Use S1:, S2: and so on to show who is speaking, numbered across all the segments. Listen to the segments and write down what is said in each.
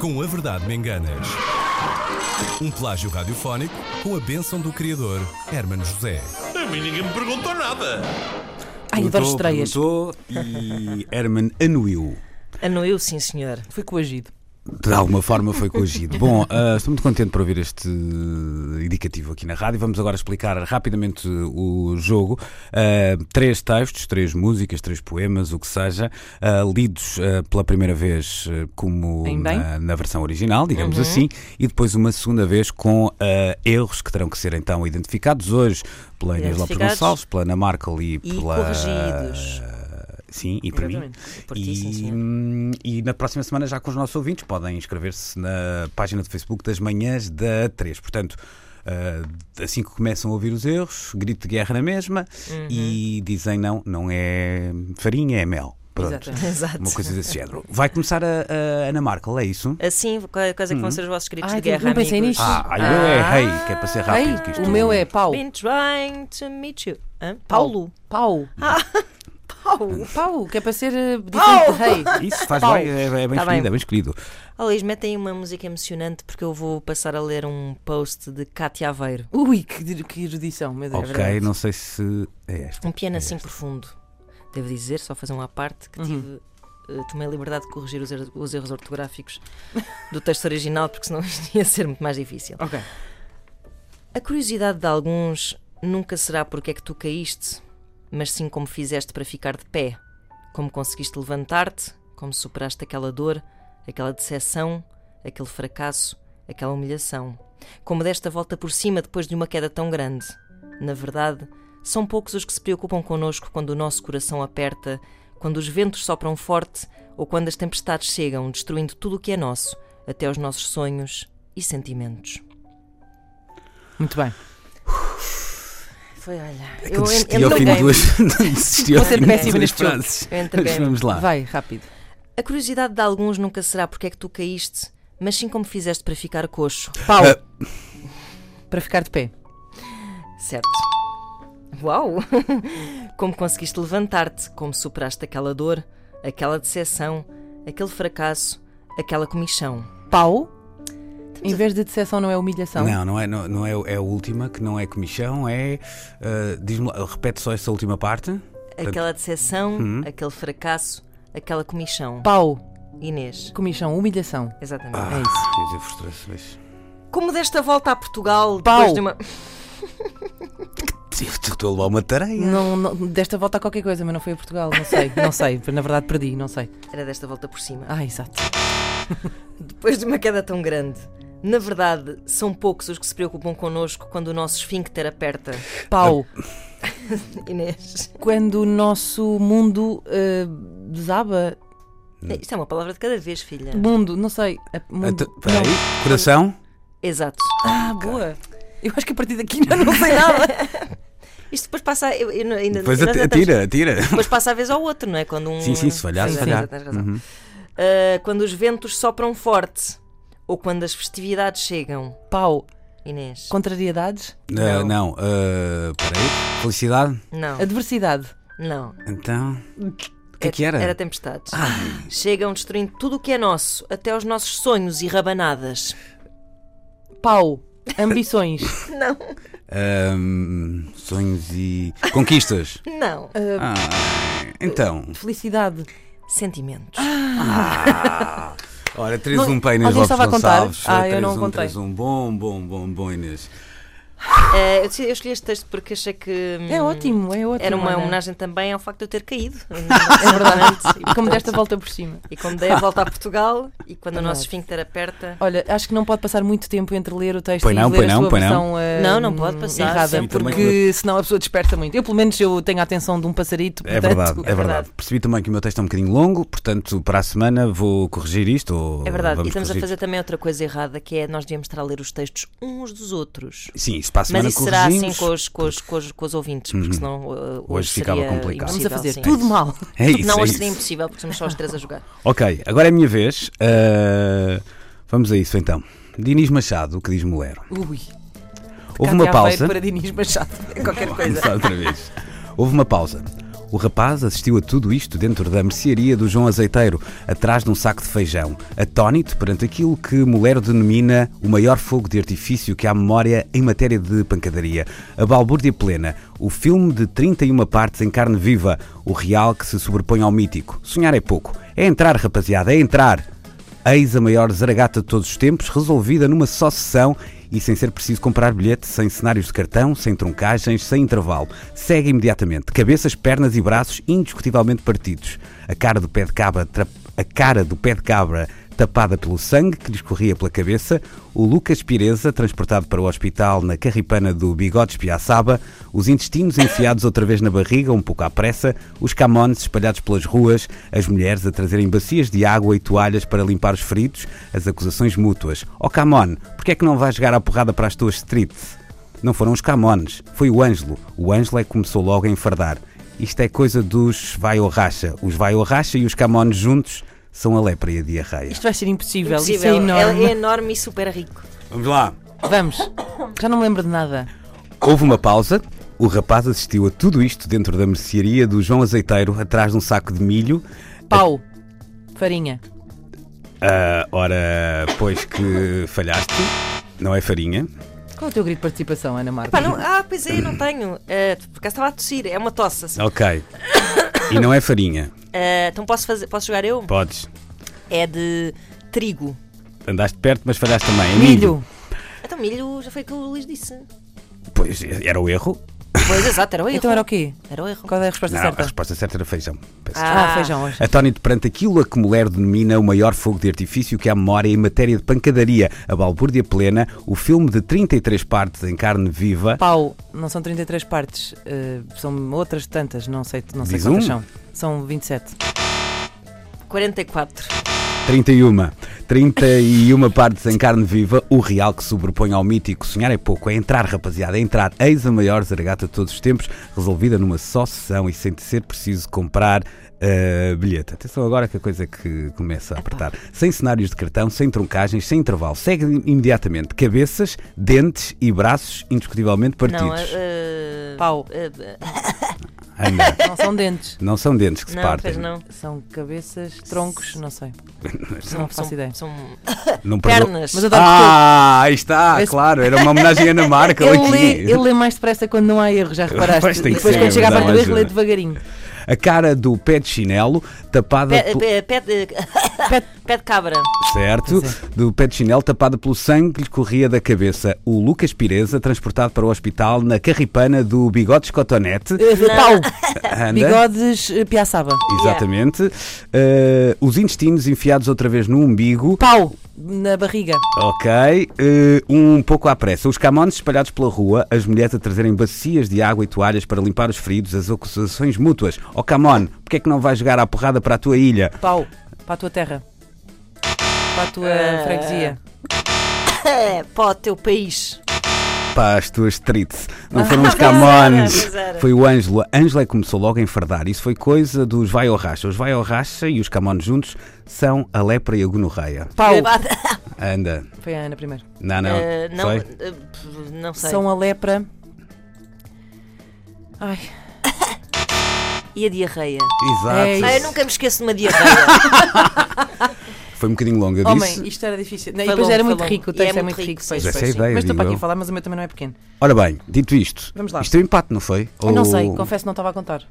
S1: Com a Verdade Me Enganas. Um plágio radiofónico com a bênção do criador Hermano José.
S2: A mim ninguém me perguntou nada.
S3: Ai, adoro
S4: Perguntou,
S3: estreias.
S4: perguntou e Herman anuiu.
S3: Anuiu, Ah, sim, senhor. Foi coagido.
S4: De alguma forma foi coagido. Bom, ah, estou muito contente por ouvir este indicativo aqui na rádio. Vamos agora explicar rapidamente o jogo. Ah, três textos, três músicas, três poemas, o que seja, ah, lidos ah, pela primeira vez ah, como
S3: Em bem? Uhum.
S4: na, na versão original, digamos assim, e depois uma segunda vez com ah, erros que terão que ser então identificados hoje pela Inês Lopes
S3: Identificados.
S4: Gonçalves, pela Ana Markel e,
S3: E
S4: pela.
S3: corrigidos.
S4: Sim, e para mim.
S3: Exatamente. Por ti, sim, senhor.
S4: hum, e na próxima semana, já com os nossos ouvintes, podem inscrever-se na página do Facebook das manhãs da 3. Portanto, ah, assim que começam a ouvir os erros, grito de guerra na mesma e dizem não, não é farinha, é mel. Pronto.
S3: Exatamente. Exato.
S4: Uma coisa desse género. Vai começar a, a Ana Markel, é isso?
S3: Assim, quais quais é
S4: Uhum.
S3: que vão ser os vossos scripts
S5: Ai,
S3: de guerra,
S5: não pensei
S3: amigos?
S5: nisto.
S4: Ah, aí eu
S3: Ah.
S4: errei, que é para ser rápido. que isto-
S5: o meu é pau.
S3: Been trying to meet you. Hã? Paulo.
S5: Paulo.
S3: Paulo.
S5: Pau. Ah, Pau, que é para ser eh, diferente de rei.
S4: Isso faz
S5: Pau.
S4: bem, é, é bem
S3: Tá
S4: escolhido,
S3: bem.
S4: é bem escolhido.
S3: Oh, Luís, metem aí uma música emocionante porque eu vou passar a ler um post de Cátia Aveiro.
S5: Ui, que, dir- que erudição, meu Deus.
S4: ok, não sei se é esta.
S3: Um piano assim profundo. Devo dizer, só fazer uma parte,
S5: Uhum.
S3: que tive. eh, tomei a liberdade de corrigir os er- os erros ortográficos do texto original, porque senão isto ia ser muito mais difícil.
S5: Ok.
S3: A curiosidade de alguns nunca será porque é que tu caíste, mas sim como fizeste para ficar de pé, como conseguiste levantar-te, como superaste aquela dor, aquela decepção, aquele fracasso, aquela humilhação, como deste a volta por cima depois de uma queda tão grande. Na verdade, são poucos os que se preocupam connosco quando o nosso coração aperta, quando os ventos sopram forte ou quando as tempestades chegam, destruindo tudo o que é nosso, até os nossos sonhos e sentimentos.
S5: Muito bem.
S3: Foi, olha.
S4: É Que desisti ao fim de duas. desisti ao
S5: Vou ser
S4: fim de
S5: péssima
S4: duas
S5: neste jogo.
S4: frases.
S3: Eu entreguei-me.
S4: Mas vamos lá.
S5: Vai, rápido.
S3: A curiosidade de alguns nunca será porque é que tu caíste, mas sim como fizeste para ficar coxo.
S5: Pau.
S4: Ah.
S5: Para ficar de pé.
S3: Certo. Uau! Como conseguiste levantar-te, como superaste aquela dor, aquela decepção, aquele fracasso, aquela comichão.
S5: Pau. Em vez de decepção, não é humilhação.
S4: Não, não é, não, não é, é a última, que não é comichão, é. ah, diz-me lá, repete só esta última parte.
S3: Aquela decepção,
S4: hum?
S3: aquele fracasso, aquela comichão.
S5: Pau.
S3: Inês.
S5: Comichão. Humilhação.
S3: Exatamente.
S4: Ah.
S5: É isso.
S4: Quer dizer, frustrações.
S3: Como desta volta a Portugal
S5: Pau.
S3: depois de uma.
S4: Estou a levar uma tareia.
S5: Não, não- desta volta a qualquer coisa, mas não foi a Portugal. Não sei, não sei. Na verdade, perdi, não sei.
S3: Era desta volta por cima.
S5: Ah, exato.
S3: depois de uma queda tão grande. Na verdade, são poucos os que se preocupam connosco quando o nosso esfíncter aperta.
S5: Pau.
S3: Inês.
S5: Quando o nosso mundo eh, desaba.
S4: Hum.
S3: Isto é uma palavra de cada vez, filha.
S5: Mundo, não sei. eh, Mundo.
S4: Então, peraí,
S5: Não.
S4: coração.
S3: Exato.
S5: Ah, boa. Eu acho que a partir daqui já não sei nada.
S3: Isto depois passa. Eu, eu não- ainda,
S4: Depois
S3: nós ainda
S4: at-
S3: estamos-
S4: atira, atira.
S3: Depois passa a vez ao outro, não é? Quando um...
S4: Sim, sim, se falhar, se Uhum.
S3: Tens
S4: falhar.
S3: razão, tens razão. Ah, quando os ventos sopram forte ou quando as festividades chegam.
S5: Pau.
S3: Inês.
S5: Contrariedades.
S4: Ah, não, ah, peraí. Felicidade.
S3: Não,
S5: Adversidade.
S3: não.
S4: Então. O que é que era?
S3: Era tempestades. Chegam destruindo tudo o que é nosso, até os nossos sonhos e rabanadas.
S5: Pau. Ambições.
S4: Ahm, Ehm, sonhos e. Conquistas.
S3: Não.
S4: Ah, então.
S5: Felicidade.
S3: Sentimentos.
S4: Ora, 3
S5: Não-
S4: um para Inês
S5: Alguém
S4: Lopes
S5: estava a contar?
S4: Gonçalves.
S5: Ah, eu
S4: 3-1,
S5: não contei.
S4: 3-1. Bom, bom, bom, bom, Inês.
S3: Eh, eu, decidi- eu escolhi este texto porque achei que. hum,
S5: É ótimo, é ótimo.
S3: Era uma
S5: Ana.
S3: homenagem também ao facto de eu ter caído.
S5: É verdade. E como desta volta por cima.
S3: e quando dei a volta a Portugal e quando o nosso
S5: Verdade.
S3: esfíncter
S4: Oh,
S3: aperta.
S5: Olha, acho que não pode passar muito tempo entre ler o texto
S4: Pois
S5: e
S4: não,
S5: ler
S4: pois
S5: a
S4: não,
S5: sua
S4: pois não.
S5: versão eh,
S3: Não, não pode passar,
S5: errada,
S3: sempre.
S5: porque senão a pessoa desperta muito. Eu, pelo menos, eu tenho a atenção de um passarito.
S4: É
S5: portanto-
S4: verdade, é verdade.
S3: verdade.
S4: Percebi também que o meu texto é um bocadinho longo, portanto, para a semana vou corrigir isto. Ou
S3: É verdade.
S4: vamos
S3: e estamos a
S4: corrigir.
S3: fazer também outra coisa errada, que é nós devíamos estar a ler os textos uns dos outros.
S4: Sim, isso para a
S3: Mas
S4: semana
S3: isso será assim
S4: corrigimos.
S3: com os, com os- com os- com os ouvintes, porque senão eh, hoje,
S4: Hoje ficava
S3: seria
S4: complicado.
S5: Vamos
S3: impossível,
S5: a fazer
S3: sim.
S5: tudo mal.
S4: É isso,
S3: não,
S4: é
S3: hoje
S4: isso.
S3: seria impossível, porque somos só os três a jogar.
S4: Ok, agora é a minha vez. Ah, vamos a isso então. Dinis Machado, o que diz Mulher.
S5: Ui.
S4: Houve uma
S5: Cátia Aveiro
S4: pausa.
S5: Para Dinis Machado. É Qualquer
S4: Vou
S5: coisa.
S4: começar outra vez. Houve uma pausa. O rapaz assistiu a tudo isto dentro da mercearia do João Azeiteiro, atrás de um saco de feijão, atónito perante aquilo que Mulher denomina o maior fogo de artifício que há memória em matéria de pancadaria. A balbúrdia plena, o filme de 31 partes em carne viva, o real que se sobrepõe ao mítico. Sonhar é pouco. É entrar, rapaziada, é entrar. Eis a maior zaragata de todos os tempos, resolvida numa só sessão e sem ser preciso comprar bilhete, sem cenários de cartão, sem truncagens, sem intervalo. Segue imediatamente, cabeças, pernas e braços indiscutivelmente partidos. A cara do pé de cabra, tra- a cara do pé de cabra tapada pelo sangue que lhe escorria pela cabeça, o Lucas Pireza, transportado para o hospital na carripana do Bigodes Piaçaba, os intestinos enfiados outra vez na barriga, um pouco à pressa, os camones espalhados pelas ruas, as mulheres a trazerem bacias de água e toalhas para limpar os feridos, as acusações mútuas. Ó Camon, porquê é que não vais jogar a porrada para as tuas streets? Não foram os Camones, foi o Ângelo. O Ângelo é que começou logo a enfardar. Isto é coisa dos vai ou racha. Os vai ou racha e os Camones juntos são a lepra e a diarreia.
S5: Isto vai ser impossível, isso é
S3: Impossível.
S5: enorme.
S3: Ele é enorme e super rico.
S4: Vamos lá.
S5: Vamos, já não me lembro de nada.
S4: Houve uma pausa. O rapaz assistiu a tudo isto dentro da mercearia do João Azeiteiro, atrás de um saco de milho.
S5: Pau, farinha,
S4: Ah, ora, pois que falhaste, não é farinha.
S5: qual é o teu grito de participação, Ana Marta?
S3: Pá, não- ah, pois é, não tenho. Ah, por acaso estava a tossir, é uma tosse. assim.
S4: Ok. E não é farinha.
S3: Ah, então posso, fazer, posso jogar eu?
S4: Podes.
S3: É de trigo.
S4: Andaste perto, mas falhaste também. É
S5: Milho,
S3: Então milho, já foi aquilo que o Luís disse.
S4: Pois, era o erro.
S3: Pois, exato, era o erro.
S5: então era o quê?
S3: Era o erro.
S5: Qual é a resposta
S4: Não, a
S5: certa?
S4: resposta certa era feijão. Peço
S5: Ah, feijão hoje.
S4: Atónito perante aquilo a que Mulher denomina o maior fogo de artifício que há memória em matéria de pancadaria, a balbúrdia plena, o filme de 33 partes em carne viva.
S5: Pau, não são 33 partes, eh, são outras tantas, não sei, não sei
S4: Diz
S5: quantas
S4: um.
S5: são. São 27.
S3: 44.
S4: 31. 31 partes em carne viva, o real que sobrepõe ao mítico. Sonhar é pouco, é entrar, rapaziada, é entrar. Eis a maior zaragata de todos os tempos, resolvida numa só sessão e sem ser preciso comprar ah, bilhete. Atenção agora que a coisa que começa a apertar. Sem cenários de cartão, sem truncagens, sem intervalo. Segue imediatamente cabeças, dentes e braços indiscutivelmente
S3: Não,
S4: partidos.
S3: ah,
S5: Pau.
S3: ah,
S4: Ana,
S5: Não são dentes.
S4: não são dentes que se
S3: não,
S4: partem.
S3: pois não.
S5: São cabeças, troncos, não sei. Não faço ideia.
S3: São
S4: Não perdo-
S3: pernas.
S5: Mas eu adoro
S4: Ah, aí está,
S5: Esse-
S4: claro, era uma homenagem a Ana Marca.
S5: Ele
S4: aqui.
S5: lê, ele lê mais depressa quando não há erro, já reparaste?
S4: Pois, tem
S5: e
S4: que
S5: depois
S4: ser,
S5: quando chega a
S4: não
S5: parte do erro,
S4: ajuda.
S5: lê devagarinho.
S4: A cara do pé de chinelo, tapada
S3: Pé,
S4: pelo-
S3: pé- pé de-
S5: Pé de-
S3: pé de cabra.
S4: certo,
S5: Pois
S4: do pé de chinelo tapada pelo sangue que lhe corria da cabeça. O Lucas Pireza, transportado para o hospital na carripana do Bigodes Cotonete.
S5: Eh, Pau,
S4: Anda.
S5: bigodes, eh, piaçaba.
S4: Exatamente. Eh, os intestinos enfiados outra vez no umbigo.
S5: Pau, na barriga.
S4: Ok, eh, um pouco à pressa. Os camones espalhados pela rua, as mulheres a trazerem bacias de água e toalhas para limpar os feridos, as acusações mútuas. Ó oh, Camon, porquê é que não vais jogar à porrada para a tua ilha?
S5: Pau, para a tua terra. Para a tua
S3: Ah.
S5: freguesia.
S3: É, pá, o teu país.
S4: Para as tuas streets. Não foram os
S3: Pois era,
S4: Camones.
S3: pois era.
S4: Foi o Ângelo. A Ângela é que começou logo a enfardar. Isso foi coisa dos vai ao racha. Os vai ao racha e os Camones juntos são a lepra e a gonorreia.
S5: Pau,
S4: Anda.
S5: foi a Ana primeiro.
S4: Não, não.
S3: Eh, não,
S4: Foi?
S3: eh, pff, não sei.
S5: São a lepra. Ai,
S3: E a diarreia?
S4: Exato.
S5: É isso.
S3: Ah, eu nunca me esqueço de uma diarreia.
S4: Foi um bocadinho longa disso.
S5: homem, isto era difícil. Não, e
S3: Foi
S5: depois
S3: longo,
S5: era
S3: foi
S5: muito
S3: longo.
S5: rico,
S3: E
S5: o
S3: é
S5: texto é
S3: muito
S5: muito rico.
S3: rico,
S5: pois,
S4: sim. Essa é
S5: pois,
S4: a
S5: sim.
S4: ideia,
S5: assim. Mas estou para
S4: digo
S5: aqui
S4: eu.
S5: a falar, mas o meu também não é pequeno.
S4: Ora bem, dito isto,
S5: Vamos lá.
S4: isto é um empate, não foi?
S3: Oh.
S5: Eu não
S4: Ou-
S5: sei, confesso, não estava a contar.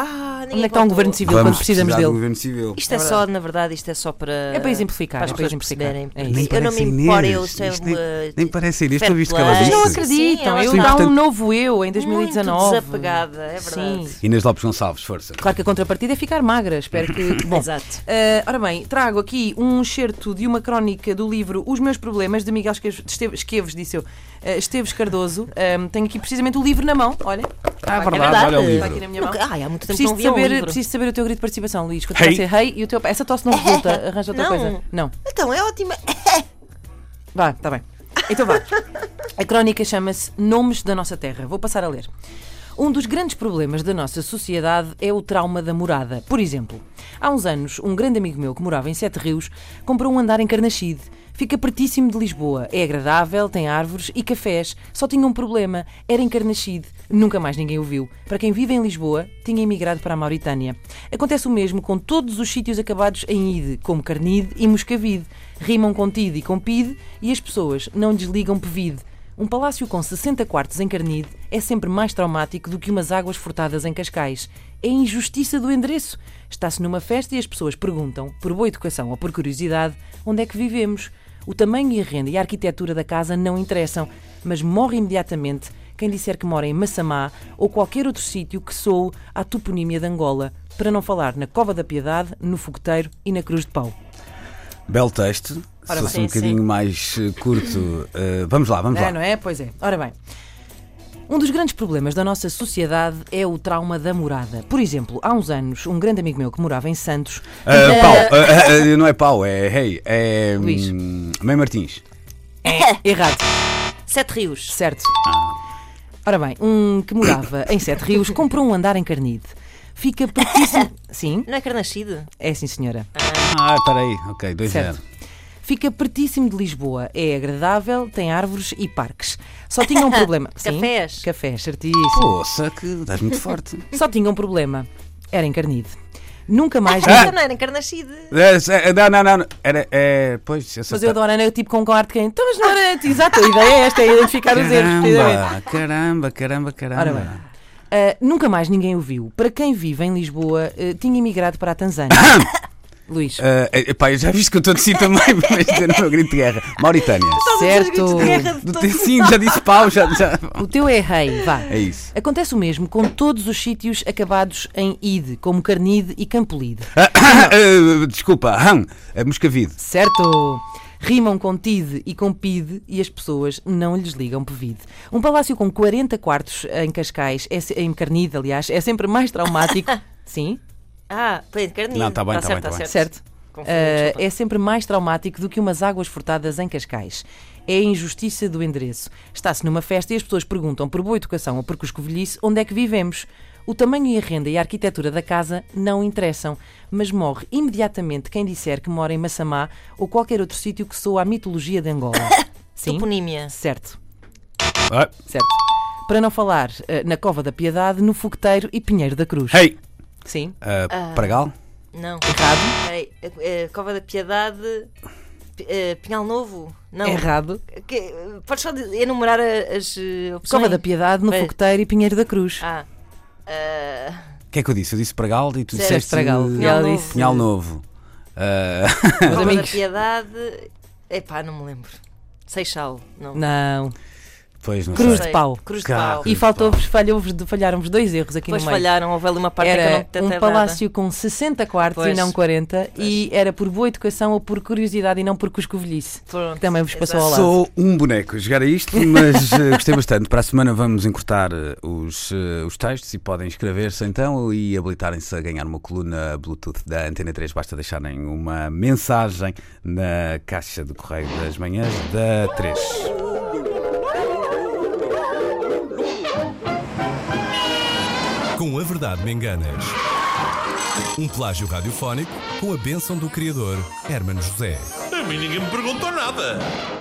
S3: Ah, ninguém
S5: Onde é que está um
S3: contou.
S5: governo civil quando precisamos
S4: precisar do
S5: dele?
S4: governo civil.
S3: Isto é, só, na verdade, isto é só para.
S5: É para exemplificar,
S3: para
S5: é
S3: as
S5: para
S3: pessoas
S5: exemplificar.
S3: perceberem.
S5: É isso.
S3: eu não me importo,
S4: Parece
S3: eu tipo
S4: Inês.
S3: sou
S4: Isto
S3: uma.
S4: nem, nem parece Inês, tu
S3: fair
S4: viste o que ela
S3: play.
S4: disse.
S5: Não
S3: Sim,
S5: acreditam,
S3: ela
S5: eu
S3: está
S5: dá um
S4: Portanto-
S5: novo eu em 2019.
S3: Muito desapegada, é verdade.
S5: Sim.
S4: Inês Lopes Gonçalves, força.
S5: Claro que a contrapartida é ficar magra, espero que. Bom,
S3: Exato.
S5: eh, ora bem, trago aqui um excerto de uma crónica do livro Os Meus Problemas, de Miguel Esqueves, de Esteve- Esqueves, disse eu, eh, Esteves Cardoso. Eh, tenho aqui precisamente o livro na mão, olha.
S4: Ah,
S5: é
S3: É
S5: verdade,
S3: olha o
S5: Está
S3: livro.
S5: aqui na minha mão.
S3: Nunca- Ai, há muito tempo
S5: Preciso,
S3: que
S5: de
S3: ah, não vi um
S5: saber,
S3: livro.
S5: preciso de saber o teu grito de participação, Luís. Quando hey. dizer hey e o teu. Essa tosse não resulta, arranja outra
S3: Não.
S5: coisa. Não.
S3: Então é ótima.
S5: Vá, está bem. Então vá. A crónica chama-se Nomes da Nossa Terra. Vou passar a ler. Um dos grandes problemas da nossa sociedade é o trauma da morada. Por exemplo, há uns anos, um grande amigo meu que morava em Sete Rios comprou um andar em Carnaxide. Fica pertíssimo de Lisboa, é agradável, tem árvores e cafés. Só tinha um problema, era encarnascido. Nunca mais ninguém o viu. Para quem vive em Lisboa, tinha emigrado para a Mauritânia. Acontece o mesmo com todos os sítios acabados em id, como Carnide e Moscavide. Rimam com tide e com pide e as pessoas não desligam pevide. Um palácio com 60 quartos em Carnide é sempre mais traumático do que umas águas furtadas em Cascais. É a injustiça do endereço. Está-se numa festa e as pessoas perguntam, por boa educação ou por curiosidade, onde é que vivemos. O tamanho e a renda e a arquitetura da casa não interessam, mas morre imediatamente quem disser que mora em Massamá ou qualquer outro sítio que soe à toponímia de Angola, para não falar na Cova da Piedade, no Fogoteiro e na Cruz de Pau.
S4: Belo texto.
S5: Ora
S4: Se fosse
S5: bem,
S4: um bocadinho mais eh, curto. eh, vamos lá, vamos
S5: É,
S4: lá.
S5: não é? Pois é. Ora bem. Um dos grandes problemas da nossa sociedade é o trauma da morada. Por exemplo, há uns anos, um grande amigo meu que morava em Santos.
S4: Ah, pau, ah, ah, ah, não é pau, é hey, é.
S5: Luís.
S4: hum, Mãe Martins.
S5: Errado.
S3: Sete Rios.
S5: Certo. Ora bem, um que morava em Sete Rios comprou um andar em Carnide. Fica pertíssimo. Sim,
S3: Não é Carnascide?
S5: é sim, senhora.
S4: Ah, peraí, ok, dois
S5: Certo.
S4: zero.
S5: Fica pertíssimo de Lisboa. É agradável, tem árvores e parques. Só tinha um problema.
S3: Cafés.
S5: Cafés, certíssimo.
S4: Poça, que estás muito forte.
S5: Só tinha um problema. Era em Carnide. Nunca mais.
S3: Ah. Não era Encarnascide.
S4: É, se- é, não, não, não. Era, é, pois, essa
S5: Mas eu
S4: tá-
S5: adoro Ana, tipo com arte quem. Então, mas não era. Exato, a ideia é esta, é identificar os erros. precisamente.
S4: Caramba, caramba, caramba,
S5: Ora
S4: caramba.
S5: bem. Ah, nunca mais ninguém o viu. Para quem vive em Lisboa, ah, tinha emigrado para a Tanzânia. Luís.
S4: Ah, epá, eu já viste que eu estou de si também, mas eu não grito de guerra. Mauritânia.
S5: certo.
S4: Do Sim, já disse pau, já. já-
S5: O teu é rei, vá.
S4: É isso.
S5: Acontece o mesmo com todos os sítios acabados em id, como Carnide e Campolide.
S4: Ah, ah, ah, desculpa, aham, é Moscavide.
S5: Certo! Rimam com tide e com pide e as pessoas não lhes ligam pevide. Um palácio com 40 quartos em Cascais, é se- em Carnide, aliás, é sempre mais traumático. Sim?
S3: Ah, foi Encarnascide.
S4: Não, tá bem, tá
S3: certo,
S4: bem, tá
S3: certo.
S4: bem.
S5: Certo.
S3: Confundi,
S5: Ah,
S3: desculpa.
S5: é sempre mais traumático do que umas águas furtadas em Cascais. É a injustiça do endereço. Está-se numa festa e as pessoas perguntam por boa educação ou por cuscovelhice onde é que vivemos. O tamanho e a renda e a arquitetura da casa não interessam, mas morre imediatamente quem disser que mora em Massamá ou qualquer outro sítio que soa à mitologia de Angola. Sim?
S3: Toponímia.
S5: Certo,
S4: Ah,
S5: certo. Para não falar ah, na Cova da Piedade, no Fogueteiro e Pinheiro da Cruz.
S4: hey,
S5: Sim,
S4: ah, Pragal?
S3: Não.
S5: errado.
S3: Peraí, eh, eh, Cova da Piedade. P- eh, Pinhal Novo. Não.
S5: Errado.
S3: Que- eh, Podes só de- enumerar a- as eh, opções?
S5: Cova da Piedade, no
S3: Bem.
S5: Fogueteiro e Pinheiro da Cruz.
S3: Ah. ah,
S4: O que é que eu disse? Eu disse Pragal e tu
S3: Certo,
S4: disseste.
S5: Pragal. E
S3: Pinhal
S5: ela
S3: Novo.
S5: disse.
S4: Pinhal Novo. Ah,
S5: Meus
S3: Cova da
S5: amigos.
S3: Piedade. Epá, não me lembro. Seixal. Não.
S5: Não.
S4: pois não
S5: Cruz
S4: sei.
S5: de Pau.
S3: Cruz de
S4: Cá,
S3: pau.
S5: E faltou-vos, falhou-vos, falharam-vos dois erros aqui
S3: Depois
S5: no meio.
S3: falharam, houve ali uma parte em que eu não
S5: Era
S3: tentei
S5: um
S3: nada.
S5: palácio com 60 quartos e
S3: Pois.
S5: não 40 e era por boa educação ou por curiosidade e não por cuscovelhice.
S3: Pronto,
S5: Que também vos passou
S3: exato.
S5: ao lado.
S4: Sou um boneco a jogar a isto, mas eh, gostei bastante. Para a semana vamos encurtar eh, os, eh, os textos e podem inscrever-se então e habilitarem-se a ganhar uma coluna Bluetooth da Antena 3. Basta deixarem uma mensagem na caixa do correio das manhãs da 3.
S1: Com a Verdade Me Enganas. Um plágio radiofónico com a bênção do criador, Hermano José.
S2: A mim ninguém me perguntou nada.